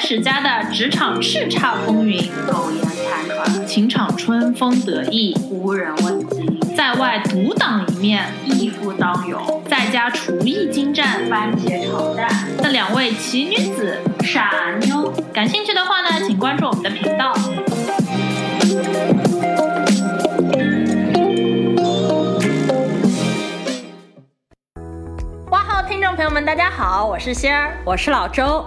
史家的职场叱咤风云，苟延残喘，情场春风得意，无人问津，在外独当一面，义夫当勇，在家厨艺精湛。番茄炒蛋，的两位奇女子，傻妞。感兴趣的话呢，请关注我们的频道。哇哈，听众朋友们，大家好，我是仙儿。我是老周。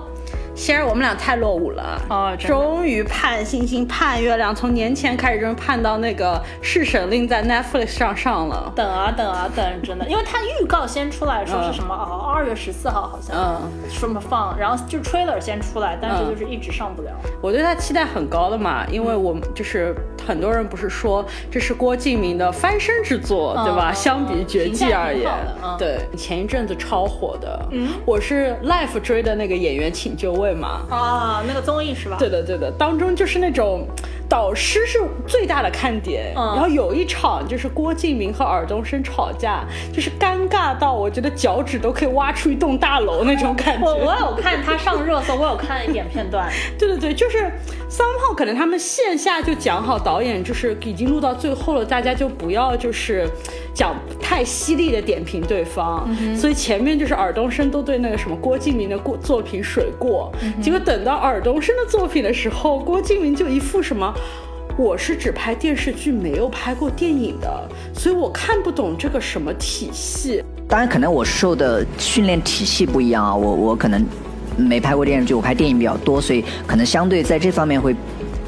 仙儿，我们俩太落伍了。哦真的终于盼星星盼月亮，从年前开始终于盼到那个《侍神令》在 Netflix 上上了。等啊等啊等，真的，因为它预告先出来说是什么、哦，二月十四号好像、嗯，什么放，然后就 trailer 先出来，但是就是一直上不了。我对他期待很高的嘛，因为我们嗯就是很多人不是说这是郭敬明的翻身之作，嗯对吧？嗯相比绝技而言评价挺好的嗯，对前一阵子超火的，嗯我是 Life 追的那个演员请就位嘛，啊，那个综艺是吧？对的，对的，当中就是那种导师是最大的看点。嗯然后有一场就是郭敬明和尔冬升吵架，就是尴尬到我觉得脚趾都可以挖出一栋大楼那种感觉。我我有看他上热搜，我有看一点片段。对对对，就是三炮可能他们线下就讲好，导演就是已经录到最后了，大家就不要就是讲太犀利的点评对方。所以前面就是尔冬升都对那个什么郭敬明的过作品水过，结果等到尔冬升的作品的时候，郭敬明就一副什么。我是只拍电视剧，没有拍过电影的，所以我看不懂这个什么体系。当然，可能我受的训练体系不一样啊，我我可能没拍过电视剧，我拍电影比较多，所以可能相对在这方面会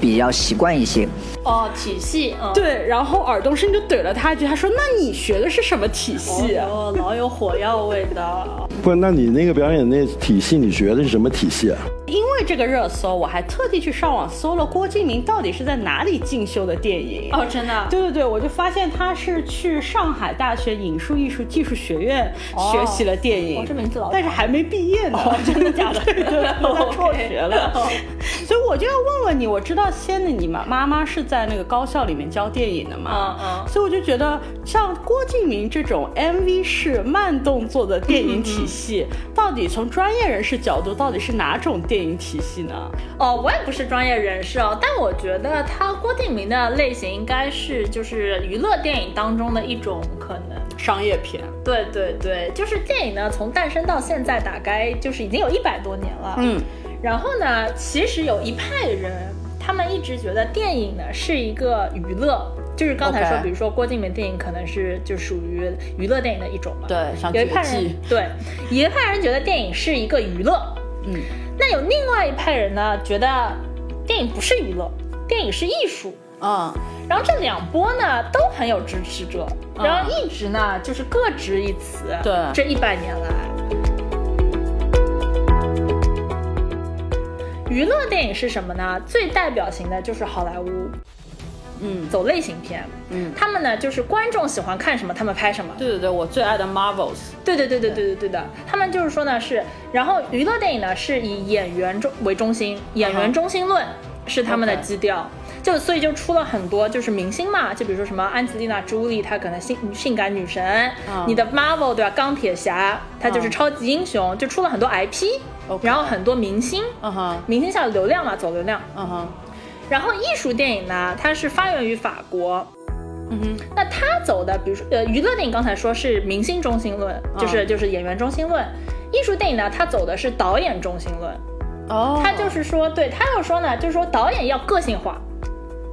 比较习惯一些。 哦，体系，嗯，对，然后尔冬升就怼了他一句，他说：“那你学的是什么体系、啊？”哦，老有火药味的。不是，那你那个表演那体系，你学的是什么体系啊？因为这个热搜，我还特地去上网搜了郭敬明到底是在哪里进修的电影。哦，真的。对对对，我就发现他是去上海大学影术艺术技术学院哦学习了电影，哦这名字老哦但是还没毕业呢，真的假的 对对对，他 OK 辍学了。所以我就要问问你，我知道仙的你妈妈妈是在那个高校里面教电影的嘛？嗯嗯所以我就觉得，像郭敬明这种 MV 式慢动作的电影体嗯系，到底从专业人士角度，到底是哪种电影体系呢？哦，我也不是专业人士哦，但我觉得他郭敬明的类型应该是就是娱乐电影当中的一种可能。商业片。对对对，就是电影呢，从诞生到现在，大概就是已经有一百多年了。嗯，然后呢，其实有一派人，他们一直觉得电影呢是一个娱乐，就是刚才说 OK 比如说郭敬明电影可能是就属于娱乐电影的一种嘛。对，像有一派人对，有一派人觉得电影是一个娱乐，嗯，那有另外一派人呢，觉得电影不是娱乐，电影是艺术。嗯，然后这两波呢都很有支持者，嗯然后一直呢就是各执一词。对这一百年来，娱乐电影是什么呢？最代表型的就是好莱坞，嗯走类型片。嗯他们呢就是观众喜欢看什么，他们拍什么。对对对，我最爱的 Marvels，对对对对对对对的，他们就是说呢是，然后娱乐电影呢是以演员中为中嗯心，演员中心论是他们的 OK 基调。就所以就出了很多就是明星嘛，就比如说什么安吉丽娜·朱莉，她可能性性感女神，嗯你的 Marvel 对吧？钢铁侠，她就是嗯超级英雄，就出了很多 IP，、 OK 然后很多明星，嗯哼，明星下流量嘛，走流量。嗯哼，然后艺术电影呢，它是发源于法国。嗯哼，那他走的，比如说，呃，娱乐电影刚才说是明星中心论，就是、就是演员中心论；艺术电影呢，他走的是导演中心论。哦他就是说，对他又说呢，就是说导演要个性化，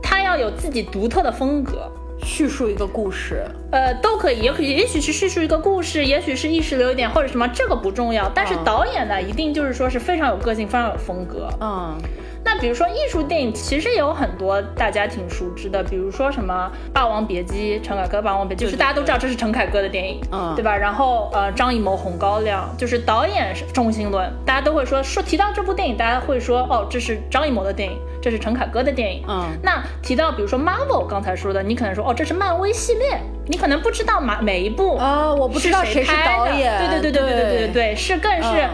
他要有自己独特的风格。叙述一个故事，呃，都可以，也可以，也许是叙述一个故事，也许是意识流一点，或者什么，这个不重要。但是嗯导演呢，一定就是说是非常有个性，非常有风格。嗯那比如说艺术电影，其实也有很多大家挺熟知的，比如说什么《霸王别姬》，陈凯歌《霸王别姬》，就是大家都知道这是陈凯歌的电影，嗯对吧？然后呃，张艺谋《红高粱》，就是导演是中心论，大家都会说说提到这部电影，大家会说哦，这是张艺谋的电影，这是陈凯歌的电影。嗯那提到比如说 Marvel 刚才说的，你可能说哦，这是漫威系列，你可能不知道每每一部啊，我不知道谁是拍导的演，对对对对对对对对，是更是嗯啊、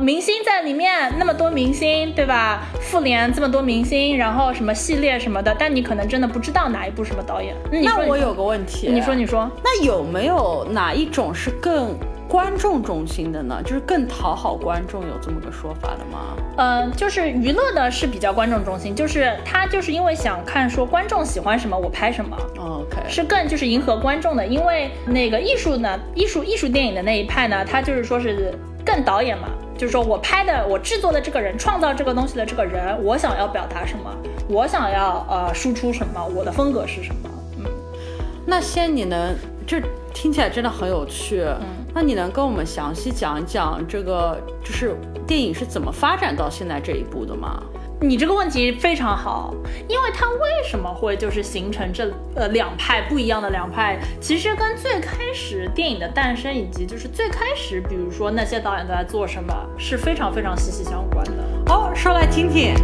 明星在里面那么多明星，对吧？复联这么多明星，然后什么系列什么的，但你可能真的不知道哪一部什么导演。那你说那我你说有个问题，你说你说那有没有哪一种是更观众中心的呢？就是更讨好观众，有这么个说法的吗？嗯，就是娱乐呢是比较观众中心，就是他就是因为想看说观众喜欢什么，我拍什么。 OK，是更就是迎合观众的，因为那个艺术呢，艺术艺术电影的那一派呢，他就是说是更导演嘛，就是说我拍的我制作的这个人，创造这个东西的这个人，我想要表达什么，我想要呃输出什么，我的风格是什么。那先你能，这听起来真的很有趣。嗯那你能跟我们详细讲一讲这个，就是电影是怎么发展到现在这一步的吗？你这个问题非常好，因为它为什么会就是形成这呃两派不一样的两派，其实跟最开始电影的诞生以及就是最开始，比如说那些导演都在做什么是非常非常息息相关的。哦，说来听听。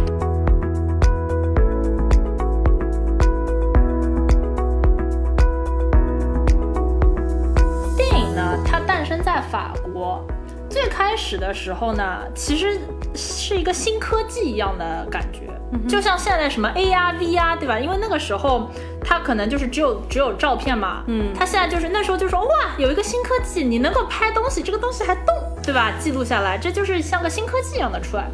电影呢，它诞生在法国，最开始的时候呢，其实是一个新科技一样的感觉，就像现在什么 AR、VR，对吧？因为那个时候它可能就是只有只有照片嘛，嗯，它现在就是那时候就说哇，有一个新科技，你能够拍东西，这个东西还动，对吧？记录下来，这就是像个新科技一样的出来。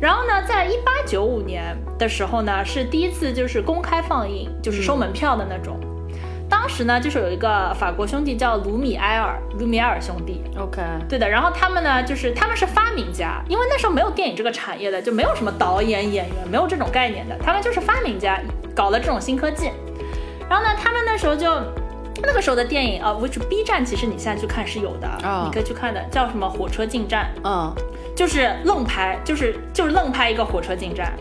然后呢，在一八九五年的时候呢，是第一次就是公开放映，就是收门票的那种。当时呢，就是有一个法国兄弟叫卢米埃尔，卢米埃尔兄弟。 OK，对的，然后他们呢，就是他们是发明家，因为那时候没有电影这个产业的，就没有什么导演、演员，没有这种概念的，他们就是发明家，搞了这种新科技。然后呢，他们那时候就那个时候的电影啊，which B 站其实你现在去看是有的，啊你可以去看的，叫什么《火车进站》。嗯，就是愣拍，就是就是愣拍一个火车进站，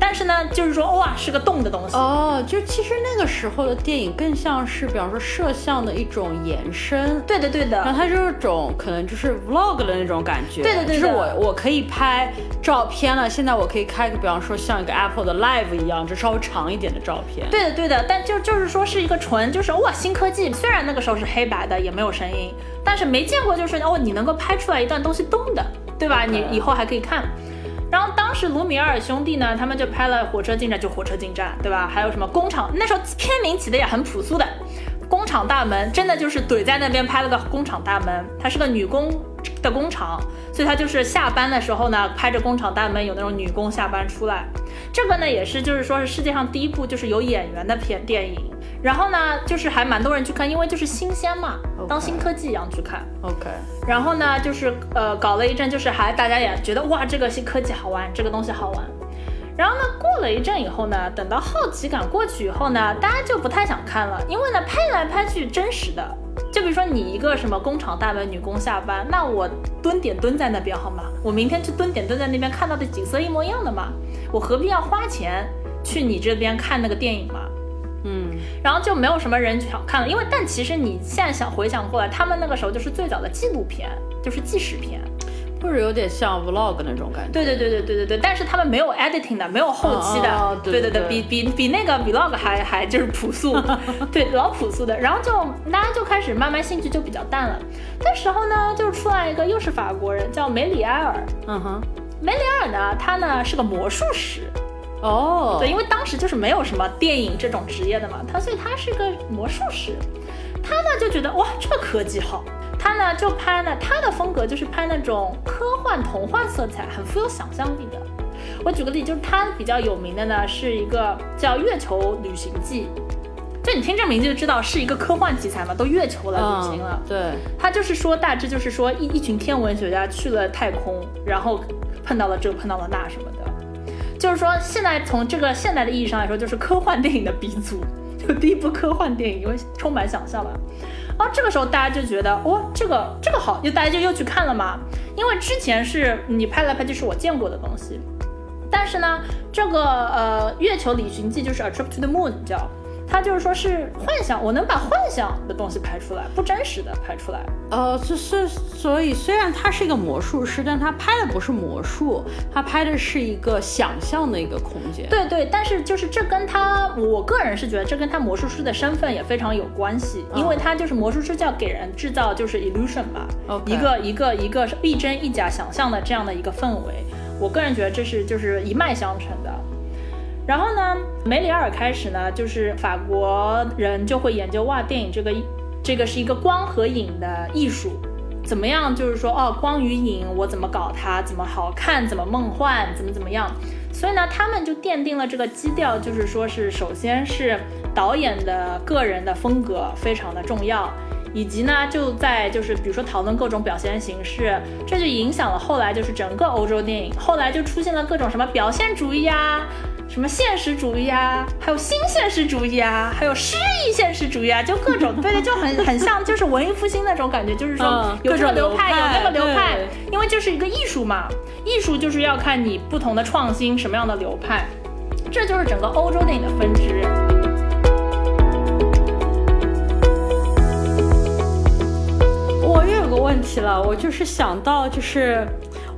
但是呢，就是说哇是个动的东西，哦，就其实那个时候的电影更像是，比方说摄像的一种延伸。对的对然的，后它就是种可能就是 vlog 的那种感觉，对的对的就是我我可以拍照片了，现在我可以开个，比方说像一个 Apple 的 Live 一样，就稍微长一点的照片。对的对的，但就就是说是一个纯就是哇新科技，虽然那个时候是黑白的，也没有声音，但是没见过就是哦你能够拍出来一段东西动的，对吧？你以后还可以看。然后当时卢米埃尔兄弟呢，他们就拍了《火车进站》，就《火车进站》，对吧？还有什么工厂，那时候片名起的也很朴素的，《工厂大门》真的就是怼在那边拍了个工厂大门，它是个女工的工厂，所以它就是下班的时候呢，拍着工厂大门，有那种女工下班出来。这个呢也是就是说是世界上第一部就是有演员的片电影，然后呢就是还蛮多人去看，因为就是新鲜嘛，当新科技一样去看。 OK，然后呢，就是呃搞了一阵，就是还大家也觉得哇，这个新科技好玩，这个东西好玩。然后呢，过了一阵以后呢，等到好奇感过去以后呢，大家就不太想看了，因为呢，拍来拍去真实的，就比如说你一个什么工厂大门女工下班，那我蹲点蹲在那边好吗？我明天去蹲点蹲在那边看到的景色一模一样的嘛，我何必要花钱去你这边看那个电影嘛？嗯，然后就没有什么人想看了，因为但其实你现在想回想过来，他们那个时候就是最早的纪录片，就是纪实片。或者有点像 vlog 那种感觉。对对对对对对对，但是他们没有 editing 的，没有后期的，哦哦对对对对对比比比那个 vlog 还还就是朴素，对，老朴素的。然后就大家就开始慢慢兴趣就比较淡了。那时候呢，就出来一个又是法国人叫梅里埃尔，嗯哼，梅里埃尔呢，他呢是个魔术师，哦，对，因为当时就是没有什么电影这种职业的嘛，他所以他是个魔术师，他呢就觉得哇这个科技好，他呢就拍呢他的风格就是拍那种科幻童话色彩，很富有想象力的。我举个例，就是他比较有名的呢是一个叫《月球旅行记》，就你听这名字就知道是一个科幻题材嘛，都月球了，旅行了嗯，。对，他就是说，大致就是说一一群天文学家去了太空，然后碰到了这碰到了那什么的，就是说现在从这个现代的意义上来说，就是科幻电影的鼻祖，就第一部科幻电影，因为充满想象嘛。然后这个时候大家就觉得，哦，这个这个好，就大家就又去看了嘛，因为之前是你拍来拍去是我见过的东西，但是呢，这个呃《月球旅行记》就是《A Trip to the Moon》叫，它就是说是幻想，我能把幻想的东西拍出来，不真实的拍出来。呃，这是所以虽然他是一个魔术师，但他拍的不是魔术，他拍的是一个想象的一个空间。，对对，但是就是这跟他，我个人是觉得这跟他魔术师的身份也非常有关系，因为他就是魔术师，就要给人制造就是 illusion 吧 OK 一个一个一个是一真一假想象的这样的一个氛围，我个人觉得这是就是一脉相承的。然后呢，梅里尔开始呢，就是法国人就会研究哇，电影这个这个是一个光和影的艺术，怎么样，就是说哦，光与影我怎么搞它，怎么好看，怎么梦幻，怎么怎么样。所以呢，他们就奠定了这个基调，就是说是首先是导演的个人的风格非常的重要，以及呢就在就是比如说讨论各种表现形式，这就影响了后来就是整个欧洲电影，后来就出现了各种什么表现主义啊。什么现实主义啊，还有新现实主义啊，还有诗意现实主义啊，就各种，对对，就很很像，就是文艺复兴那种感觉，就是说嗯有这个各种流流派，有那派个流派对，因为这是一个艺术嘛，艺术就是要看你不同的创新，什么样的流派，这就是整个欧洲电影的分支。我又有个问题了，我就是想到就是。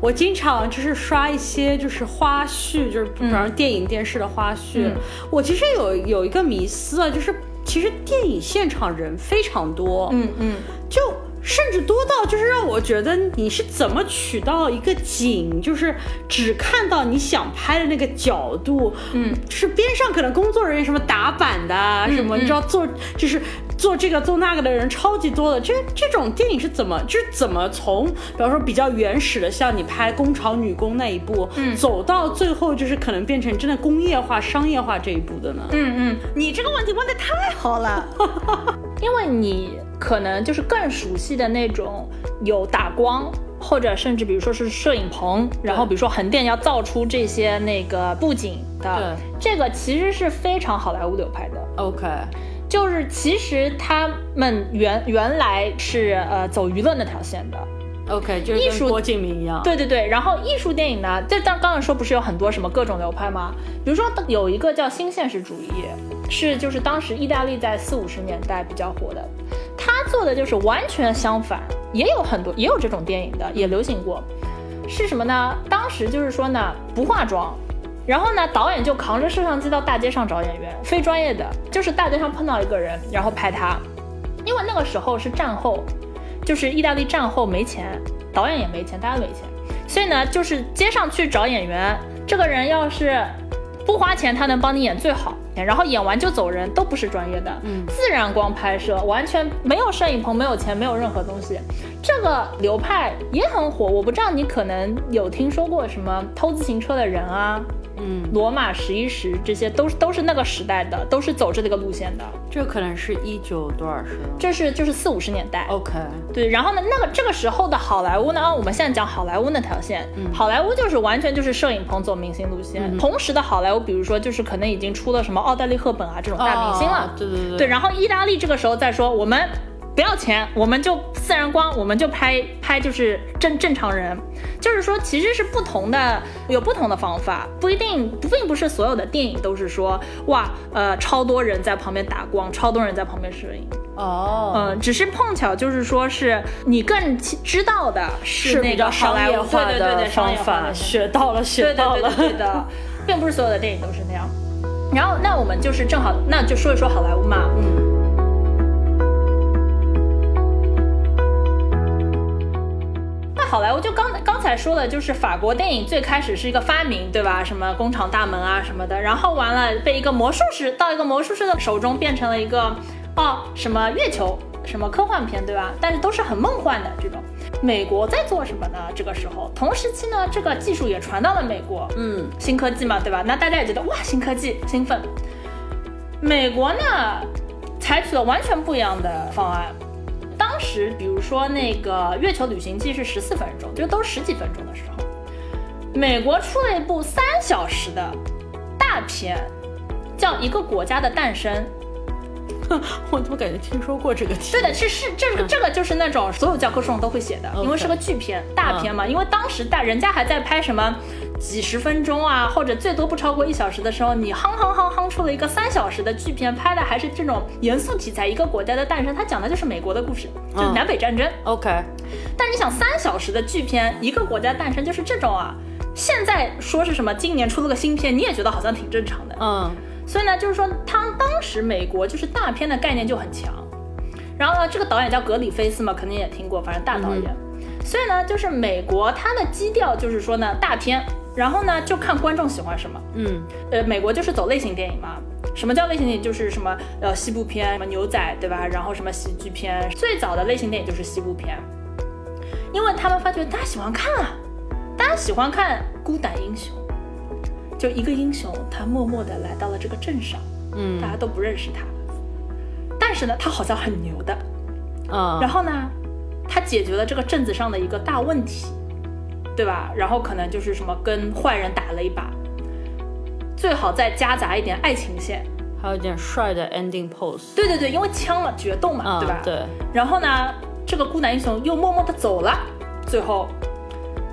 我经常就是刷一些就是花絮，就是比方说电影、电视的花絮。嗯我其实有有一个迷思啊，就是其实电影现场人非常多，嗯嗯，就甚至多到就是让我觉得你是怎么取到一个景，就是只看到你想拍的那个角度，嗯，就是边上可能工作人员什么打板的啊，什么嗯你知道做就是做这个做那个的人超级多的，这这种电影是怎么就是怎么从比方说比较原始的像你拍工潮女工那一步，嗯走到最后就是可能变成真的工业化、商业化这一步的呢？嗯，嗯，你这个问题问的太好了， 因为你可能就是更熟悉的那种有打光。或者甚至比如说是摄影棚，然后比如说横店要造出这些那个布景的，这个其实是非常好莱坞流派的。 ，OK，就是其实他们原原来是呃走舆论那条线的， OK，就是艺跟术郭敬明一样，对对对，然后艺术电影呢，这当刚才说不是有很多什么各种流派吗？比如说有一个叫新现实主义，是就是当时意大利在四五十年代比较火的，他做的就是完全相反，也有很多也有这种电影的，也流行过，是什么呢？当时就是说呢不化妆。然后呢，导演就扛着摄像机到大街上找演员，非专业的，就是大街上碰到一个人，然后拍他。因为那个时候是战后，就是意大利战后没钱，导演也没钱，大家都没钱，所以呢，就是街上去找演员，这个人要是不花钱，他能帮你演最好，然后演完就走人，都不是专业的，嗯自然光拍摄，完全没有摄影棚，没有钱，没有任何东西。这个流派也很火，我不知道你可能有听说过什么偷自行车的人啊，嗯。罗马十一时这些都是都是那个时代的，都是走这个路线的，这可能是一九多少时候这是就是四五十年代。 ？OK，对，然后呢，那个这个时候的好莱坞呢，啊我们现在讲好莱坞那条线，嗯好莱坞就是完全就是摄影棚走明星路线。嗯哼同时的好莱坞，比如说就是可能已经出了什么奥黛丽·赫本啊这种大明星了，哦对对对对，然后意大利这个时候再说我们。不要钱，我们就自然光，我们就拍拍就是正正常人，就是说其实是不同的，有不同的方法，不一定不并不是所有的电影都是说哇呃超多人在旁边打光，超多人在旁边摄影，哦，嗯，只是碰巧就是说是你更其知道的是那比个较好商莱业坞化对对对的对商方业化法，的学到了，对学对到对了对。对的，并不是所有的电影都是那样。然后那我们就是正好，那就说一说好莱坞嘛。嗯，那好莱坞就刚刚才说了，就是法国电影最开始是一个发明，对吧？什么工厂大门啊什么的，然后完了被一个魔术师到一个魔术师的手中变成了一个哦什么月球什么科幻片，对吧？但是都是很梦幻的这种。美国在做什么呢？这个时候，同时期呢，这个技术也传到了美国，嗯，新科技嘛，对吧？那大家也觉得哇，新科技兴奋。美国呢，采取了完全不一样的方案。当时，比如说那个《月球旅行记》是十四分钟，就都是十几分钟的时候，美国出了一部三小时的大片，叫《一个国家的诞生》。我怎么感觉听说过这个题？对的，是是这个这个就是那种所有教科书上都会写的，嗯 OK 嗯因为是个巨片大片嘛。因为当时大人家还在拍什么几十分钟啊，或者最多不超过一小时的时候，你夯夯夯夯出了一个三小时的巨片，拍的还是这种严肃题材，一个国家的诞生，它讲的就是美国的故事，就是嗯南北战争。 ，OK，但你想三小时的巨片，一个国家诞生就是这种啊。现在说是什么？今年出了个新片，你也觉得好像挺正常的。嗯所以呢，就是说他当时美国就是大片的概念就很强。然后呢，这个导演叫格里菲斯嘛，肯定也听过，反正大导演。所以呢，就是美国它的基调就是说呢，大片，然后呢就看观众喜欢什么。嗯呃，美国就是走类型电影嘛。什么叫类型电影？就是什么呃西部片、什么牛仔，对吧？然后什么喜剧片，最早的类型电影就是西部片。因为他们发觉大家喜欢看啊，大家喜欢看孤胆英雄，就一个英雄，他默默地来到了这个镇上，嗯大家都不认识他，但是呢，他好像很牛的，啊然，后呢，他解决了这个镇子上的一个大问题，对吧？然后可能就是什么跟坏人打了一把，最好再夹杂一点爱情线。还有一点帅的 ending pose，对对对，因为枪了决斗嘛，啊，对吧？对，然后呢，这个孤男英雄又默默的走了，最后，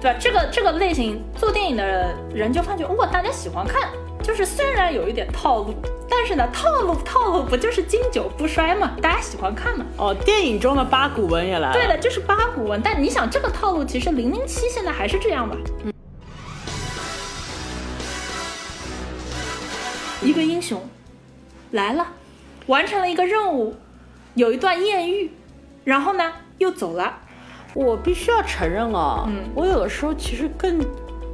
对吧？这个这个类型做电影的人就发觉，哇，大家喜欢看，就是虽然有一点套路，但是呢，套路套路不就是经久不衰嘛，大家喜欢看嘛。哦，电影中的八股文也来了，对的，就是八股文。但你想，这个套路其实零零七现在还是这样吧？嗯。一个英雄来了，完成了一个任务，有一段艳遇，然后呢又走了。我必须要承认哦，嗯我有的时候其实更，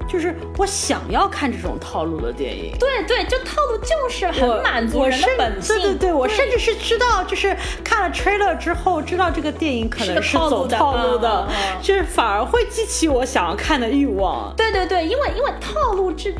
就是我想要看这种套路的电影。对对，这套路就是我很满足人的我甚本性。对对对，我甚至是知道，就是看了 trailer 之后，知道这个电影可能是是个套走路的套路的嗯嗯，嗯就是反而会激起我想要看的欲望。对对对，因为因为套路这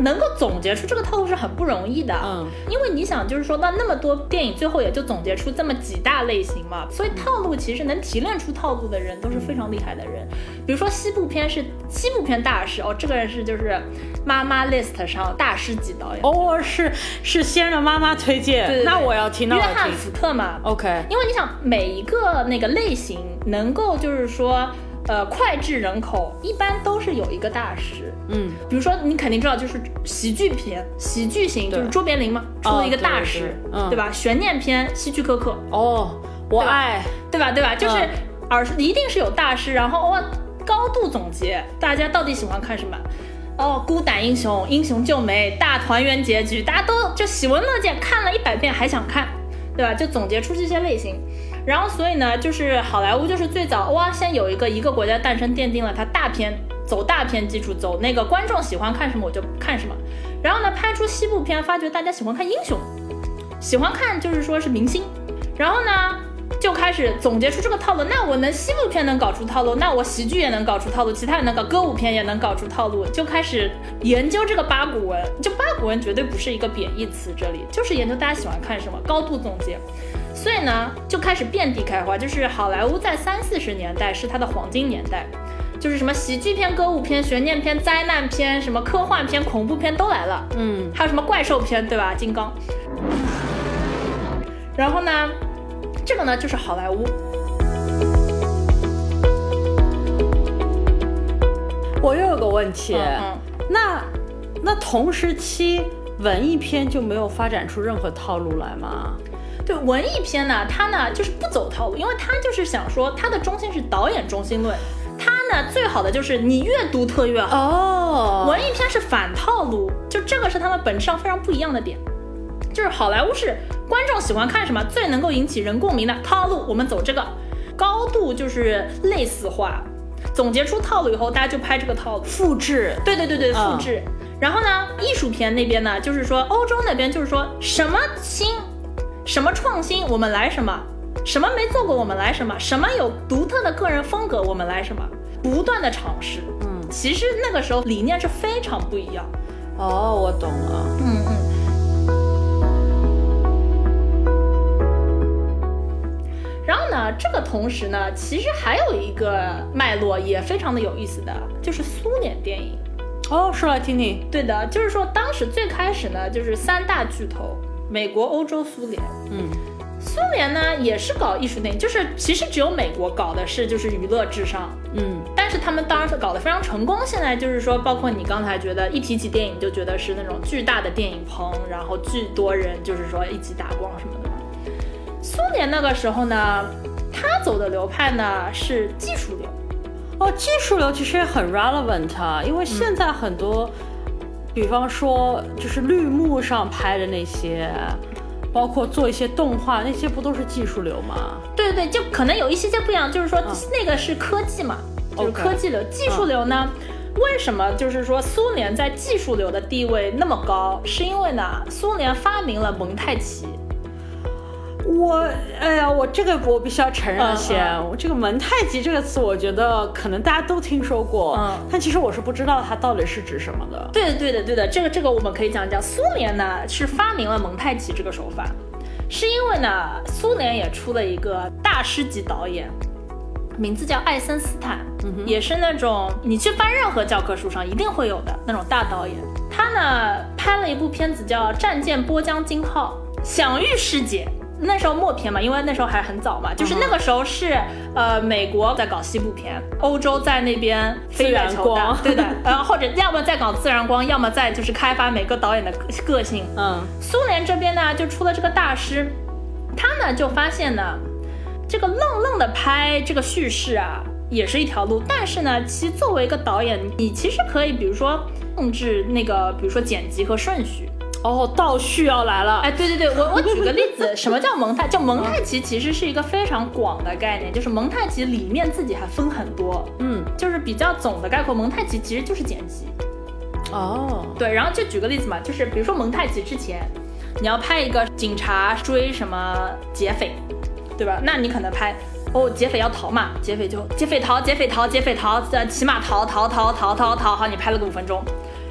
能够总结出这个套路是很不容易的，啊嗯，因为你想就是说，那那么多电影最后也就总结出这么几大类型嘛，所以套路其实能提炼出套路的人都是非常厉害的人。比如说西部片是西部片大师哦，这个人是就是妈妈 list 上大师级导演，偶尔是是先让妈妈推荐，哦对对对那我要听，那我约要翰听。福特嘛， OK，因为你想每一个那个类型能够就是说。呃，脍炙人口一般都是有一个大师，嗯，比如说，你肯定知道，就是喜剧片、喜剧型，对就是卓别林嘛，出哦了一个大对师，对对嗯吧？悬念片，希区柯克，哦，我对吧爱，对吧？对吧？就是嗯耳熟，一定是有大师，然后哇，高度总结，大家到底喜欢看什么？哦，孤胆英雄、英雄救美、大团圆结局，大家都就喜闻乐见，看了一百遍还想看，对吧？就总结出这些类型。然后，所以呢，就是好莱坞就是最早哇，先有一个一个国家诞生，奠定了它大片走大片基础，走那个观众喜欢看什么我就看什么。然后呢，拍出西部片，发觉大家喜欢看英雄，喜欢看就是说是明星，然后呢，就开始总结出这个套路。那我能西部片能搞出套路，那我喜剧也能搞出套路，其他也能搞，歌舞片也能搞出套路，就开始研究这个八股文。就八股文绝对不是一个贬义词，这里就是研究大家喜欢看什么，高度总结。所以呢，就开始遍地开花。就是好莱坞在三四十年代是它的黄金年代，就是什么喜剧片、歌舞片、悬念片、灾难片、什么科幻片、恐怖片都来了。嗯，还有什么怪兽片，对吧？金刚。然后呢，这个呢就是好莱坞，我又有个问题，嗯那那同时期文艺片就没有发展出任何套路来吗？嗯，对文艺片呢，它呢就是不走套路，因为它就是想说它的中心是导演中心论，它呢最好的就是你越独特越好。哦文艺片是反套路，就这个是他们本质上非常不一样的点，就是好莱坞是观众喜欢看什么最能够引起人共鸣的套路，我们走这个，高度就是类似化，总结出套路以后，大家就拍这个套路。复制，对对对对，嗯复制。然后呢，艺术片那边呢，就是说欧洲那边就是说什么新，什么创新，我们来什么；什么没做过，我们来什么；什么有独特的个人风格，我们来什么。不断的尝试，嗯，其实那个时候理念是非常不一样。哦，我懂了。嗯嗯。然后呢，这个同时呢，其实还有一个脉络也非常的有意思的，就是苏联电影。哦，说来听听。对的，就是说当时最开始呢，就是三大巨头：美国、欧洲、苏联。嗯，苏联呢也是搞艺术电影，就是其实只有美国搞的是就是娱乐至上，嗯，但是他们当然是搞得非常成功。现在就是说，包括你刚才觉得一提起电影就觉得是那种巨大的电影棚，然后巨多人就是说一起打光什么的嘛。苏联那个时候呢，他走的流派呢是技术流，哦，技术流其实也很 relevant 啊，因为现在很多，比方说就是绿幕上拍的那些，包括做一些动画，那些不都是技术流吗？对对，就可能有一些些不一样，就是说嗯那个是科技嘛，就是 OK 科技流，技术流呢。为什么就是说苏联在技术流的地位那么高？是因为呢，苏联发明了蒙太奇，我哎呀，我这个我必须要承认嗯了先，我这个蒙太奇这个词，我觉得可能大家都听说过，嗯但其实我是不知道它到底是指什么的。对的，对的，对的，这个这个我们可以讲讲。苏联呢是发明了蒙太奇这个手法，是因为呢苏联也出了一个大师级导演，名字叫爱森斯坦，嗯也是那种你去翻任何教科书上一定会有的那种大导演。他呢拍了一部片子叫《战舰波江金号》，享誉世界。那时候默片嘛，因为那时候还很早嗯嘛，就是那个时候是呃美国在搞西部片，欧洲在那边飞自越然球光蛋，对的，呃或者要么在搞自然光，要么在就是开发每个导演的个个性。嗯，苏联这边呢就出了这个大师，他呢就发现呢，这个愣愣的拍这个叙事啊，也是一条路。但是呢，其实作为一个导演，你其实可以比如说控制那个，比如说剪辑和顺序。哦，倒叙要来了，哎，对对对，我 我举个例子，什么叫蒙太？就蒙太奇其实是一个非常广的概念，就是蒙太奇里面自己还分很多，嗯，就是比较总的概括，蒙太奇其实就是剪辑。哦，对，然后就举个例子嘛，就是比如说蒙太奇之前，你要拍一个警察追什么劫匪，对吧？那你可能拍哦，劫匪要逃嘛，劫匪就劫匪逃，劫匪逃，劫匪逃，呃，骑马逃，逃逃逃逃逃，好，你拍了个五分钟。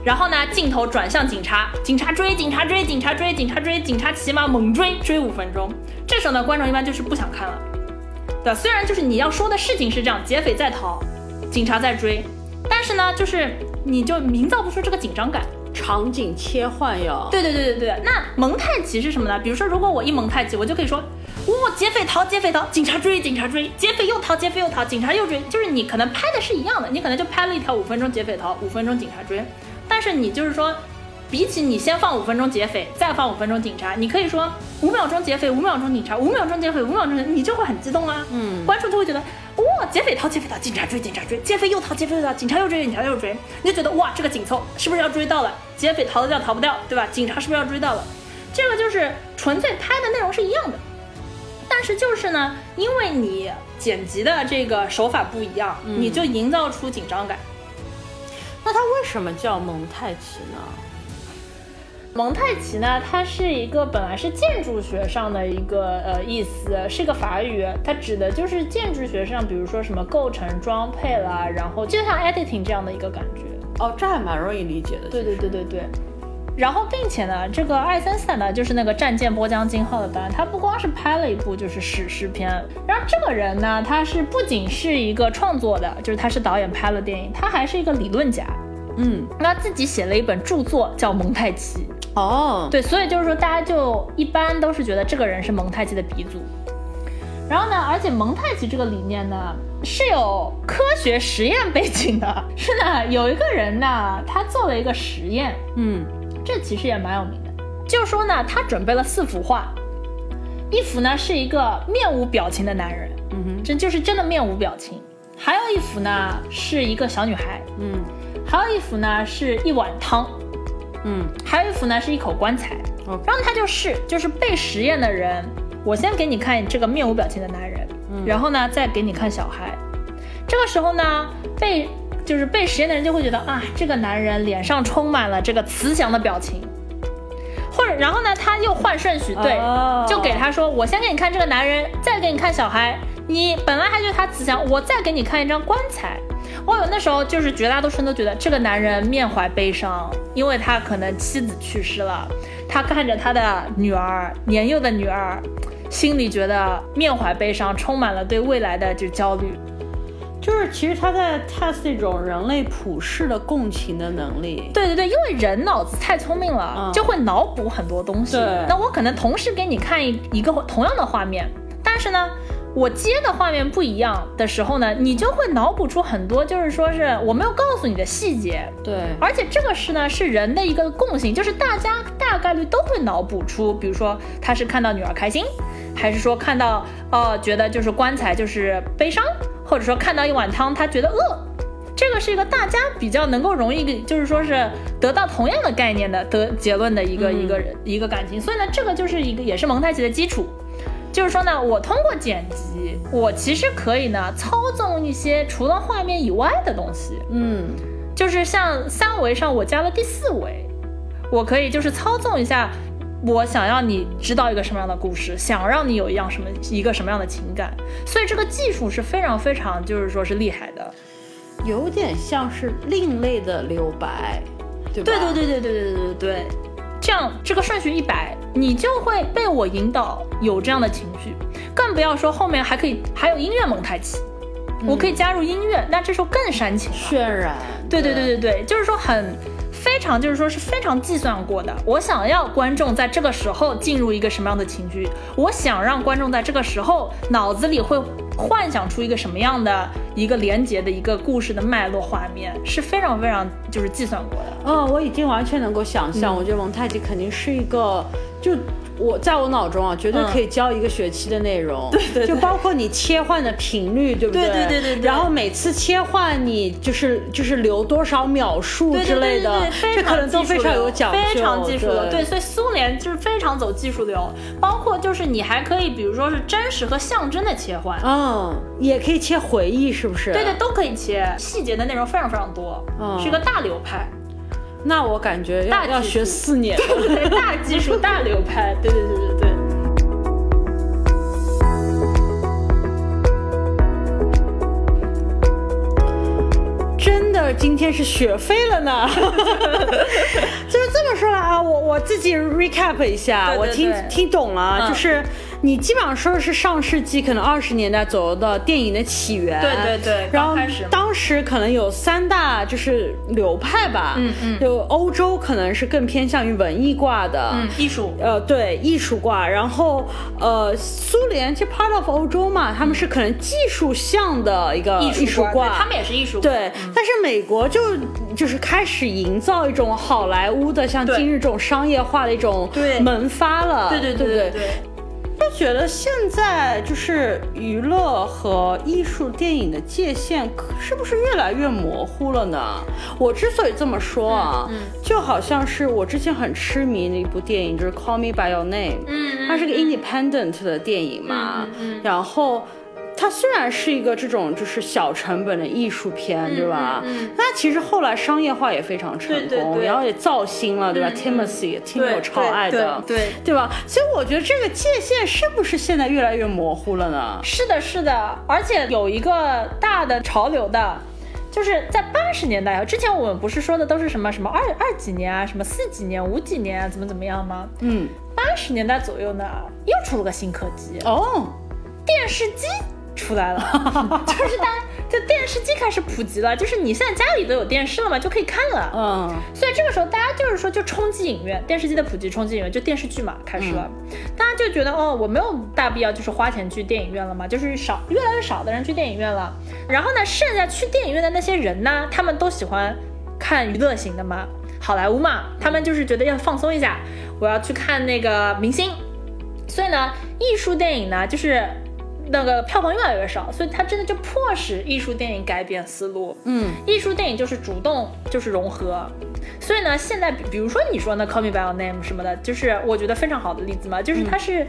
然后呢，镜头转向警察，警察追，警察追，警察追，警察追，警察骑马猛追，追五分钟。这时候呢，观众一般就是不想看了，对吧？虽然就是你要说的事情是这样，劫匪在逃，警察在追，但是呢，就是你就营造不出这个紧张感。场景切换要，对对对对对，那蒙太奇是什么呢？比如说，如果我一蒙太奇，我就可以说，哇、劫匪逃，劫匪逃，警察追，警察追，劫匪又逃，劫匪又逃，警察又追，就是你可能拍的是一样的，你可能就拍了一条五分钟劫匪逃，五分钟警察追，但是你就是说，比起你先放五分钟劫匪，再放五分钟警察，你可以说五秒钟劫匪，五秒钟警察，五秒钟劫匪，五秒钟警察，你就会很激动啊，嗯，观众就会觉得。哇！劫匪逃，劫匪逃，警察追，警察追，劫匪又逃，劫匪又逃，警察又追，警察又追，你就觉得哇，这个紧凑是不是要追到了？劫匪逃得掉，逃不掉，对吧？警察是不是要追到了？这个就是纯粹拍的内容是一样的，但是就是呢，因为你剪辑的这个手法不一样，你就营造出紧张感。那它为什么叫蒙太奇呢？蒙太奇呢，它是一个本来是建筑学上的一个呃意思，是一个法语，它指的就是建筑学上，比如说什么构成、装配啦，然后就像 editing 这样的一个感觉。哦，这还蛮容易理解的。对其对实对对对。然后，并且呢，这个爱森斯坦呢，就是那个《战舰波江金号》的导演，他不光是拍了一部就是史诗片，然后这个人呢，他是不仅是一个创作的，就是他是导演拍了电影，他还是一个理论家，嗯，那自己写了一本著作叫《蒙太奇》。哦，对，所以就是说，大家就一般都是觉得这个人是蒙太奇的鼻祖。然后呢，而且蒙太奇这个理念呢是有科学实验背景的，是呢，有一个人呢，他做了一个实验，嗯，这其实也蛮有名的。就说呢，他准备了四幅画，一幅呢是一个面无表情的男人，嗯哼，这就是真的面无表情；还有一幅呢是一个小女孩，嗯还有一幅呢是一碗汤，嗯，还有一幅呢是一口棺材。 OK 然后他就是就是被实验的人，我先给你看这个面无表情的男人，然后呢再给你看小孩。这个时候呢，被就是被实验的人就会觉得啊，这个男人脸上充满了这个慈祥的表情，或者然后呢他又换顺序，对，哦就给他说，我先给你看这个男人，再给你看小孩。你本来还觉得他慈祥，我再给你看一张棺材。我有那时候就是绝大多数人都觉得这个男人面怀悲伤，因为他可能妻子去世了，他看着他的女儿年幼的女儿，心里觉得面怀悲伤，充满了对未来的就焦虑。就是其实他在 test 这种人类普世的共情的能力。对对对，因为人脑子太聪明了，嗯就会脑补很多东西对。那我可能同时给你看一一个同样的画面，但是呢，我接的画面不一样的时候呢，你就会脑补出很多，就是说是我没有告诉你的细节。对而且这个是呢，是人的一个共性，就是大家大概率都会脑补出，比如说他是看到女儿开心，还是说看到呃觉得就是棺材就是悲伤，或者说看到一碗汤他觉得饿，这个是一个大家比较能够容易就是说是得到同样的概念的得结论的一个、一个人一个感情，所以呢，这个就是一个也是蒙太奇的基础。就是说呢，我通过剪辑，我其实可以呢操纵一些除了画面以外的东西，嗯，就是像三维上我加了第四维，我可以就是操纵一下我想让你知道一个什么样的故事，想让你有一样什么一个什么样的情感，所以这个技术是非常非常就是说是厉害的。有点像是另类的留白，对吧？对对对对对对对对，这样这个顺序一摆，你就会被我引导有这样的情绪，更不要说后面还可以还有音乐蒙太奇，我可以加入音乐，那这时候更煽情了。渲染，对对对对对，就是说很非常，就是说是非常计算过的。我想要观众在这个时候进入一个什么样的情绪，我想让观众在这个时候脑子里会幻想出一个什么样的一个连接的一个故事的脉络画面，是非常非常就是计算过的。嗯，我已经完全能够想象，嗯我觉得蒙太奇肯定是一个，就我在我脑中啊，绝对嗯可以教一个学期的内容，对对就包括你切换的频率，对不对对对对对对然后每次切换你就是就是留多少秒数对之类的，对对对对这可能都非常有讲究，非常技术流。对对，所以苏联就是非常走技术流，包括就是你还可以，比如说是真实和象征的切换，嗯，也可以切回忆，是不是？对对，都可以切，细节的内容非常非常多，嗯是一个大流派。那我感觉要大技要学术四年。对，大技术、大流派，对对对对对。真的今天是学废了 呢。就是这么说来啊，我我自己 recap 一下，对对我听对听懂了，嗯就是你基本上说的是上世纪可能二十年代左右的电影的起源，对对对然后刚开始嘛当时可能有三大就是流派吧，嗯嗯有欧洲可能是更偏向于文艺挂的，嗯，艺术，呃，对，艺术挂，然后呃，苏联这 part of 欧洲嘛，他们是可能技术向的一个嗯艺术对挂，他们也是艺术嗯对，但是美国就就是开始营造一种好莱坞的，像对今日这种商业化的一种对门阀了，对对对对不对对。对，就觉得现在就是娱乐和艺术电影的界限可是不是越来越模糊了呢？我之所以这么说啊，嗯就好像是我之前很痴迷的一部电影，就是《Call Me by Your Name》，嗯它是个 independent 的电影嘛，然后。它虽然是一个这种就是小成本的艺术片，对吧？嗯嗯那其实后来商业化也非常成功，对对对然后也造星了，对吧、嗯 t i m o t h y t i m 对 o 超爱的，对对对对吧？所以我觉得这个界限是不是现在越来越模糊了呢？是的，是的，而且有一个大的潮流的。就是在八十年代啊之前，我们不是说的都是什么什么二二几年啊，什么四几年、五几年啊，怎么怎么样吗？嗯，八十年代左右呢，又出了个新科技，哦，电视机出来了， 就是大家就电视机开始普及了，就是你现在家里都有电视了嘛，就可以看了。嗯，所以这个时候，大家就是说，就冲击影院，电视机的普及冲击影院，就电视剧嘛开始了，大家就觉得哦，我没有大必要就是花钱去电影院了嘛，就是少越来越少的人去电影院了。然后呢，剩下去电影院的那些人呢，他们都喜欢看娱乐型的嘛，好莱坞嘛，他们就是觉得要放松一下，我要去看那个明星。所以呢，艺术电影呢，就是那个票房越来越少，所以它真的就迫使艺术电影改变思路。嗯，艺术电影就是主动，就是融合。所以呢，现在比比如说你说那《Call Me by Your Name》什么的，就是我觉得非常好的例子嘛，就是它是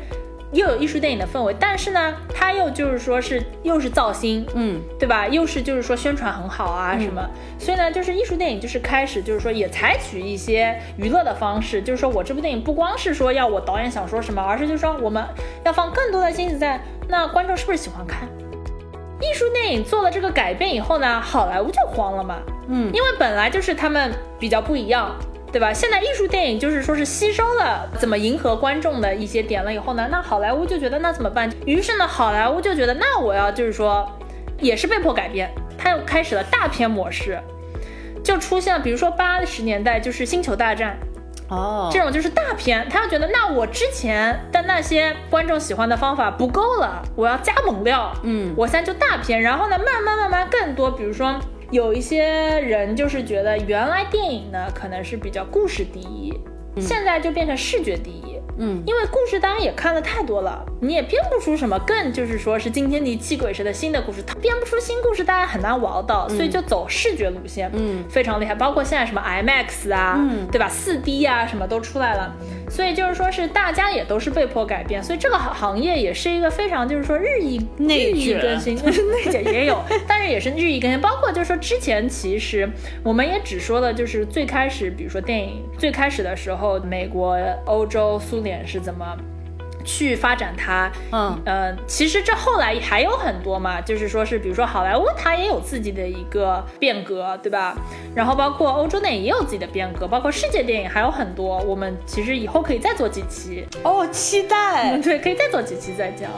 又有艺术电影的氛围，但是呢，它又就是说是又是造星，嗯，对吧？又是就是说宣传很好啊什么，所以呢，啊就是艺术电影就是开始就是说也采取一些娱乐的方式，就是说我这部电影不光是说要我导演想说什么，而是就是说我们要放更多的心思在那观众是不是喜欢看。艺术电影做了这个改变以后呢，好莱坞就慌了嘛，嗯因为本来就是他们比较不一样，对吧？现在艺术电影就是说是吸收了怎么迎合观众的一些点了以后呢，那好莱坞就觉得那怎么办？于是呢，好莱坞就觉得那我要就是说，也是被迫改变，它又开始了大片模式，就出现了，比如说八十年代就是《星球大战》，哦，这种就是大片，他就觉得那我之前的那些观众喜欢的方法不够了，我要加猛料，嗯我现在就大片，然后呢，慢慢慢慢更多，比如说有一些人就是觉得原来电影呢可能是比较故事第一，现在就变成视觉第一，嗯因为故事大家也看了太多了，你也编不出什么更就是说是惊天地泣鬼神的新的故事，它编不出新故事，大家很难玩到，所以就走视觉路线，嗯非常厉害。包括现在什么 IMAX 啊，嗯对吧？4 D 啊，什么都出来了，所以就是说是大家也都是被迫改变，所以这个行行业也是一个非常就是说日益内日益卷更新， 内卷也有，但是也是日益更新。包括就是说之前其实我们也只说了，就是最开始，比如说电影最开始的时候，美国、欧洲、苏联是怎么。去发展它，嗯呃，其实这后来还有很多嘛，就是说是，比如说好莱坞它也有自己的一个变革，对吧？然后包括欧洲电影也有自己的变革，包括世界电影还有很多，我们其实以后可以再做几期， 哦，期待。对，可以再做几期再讲。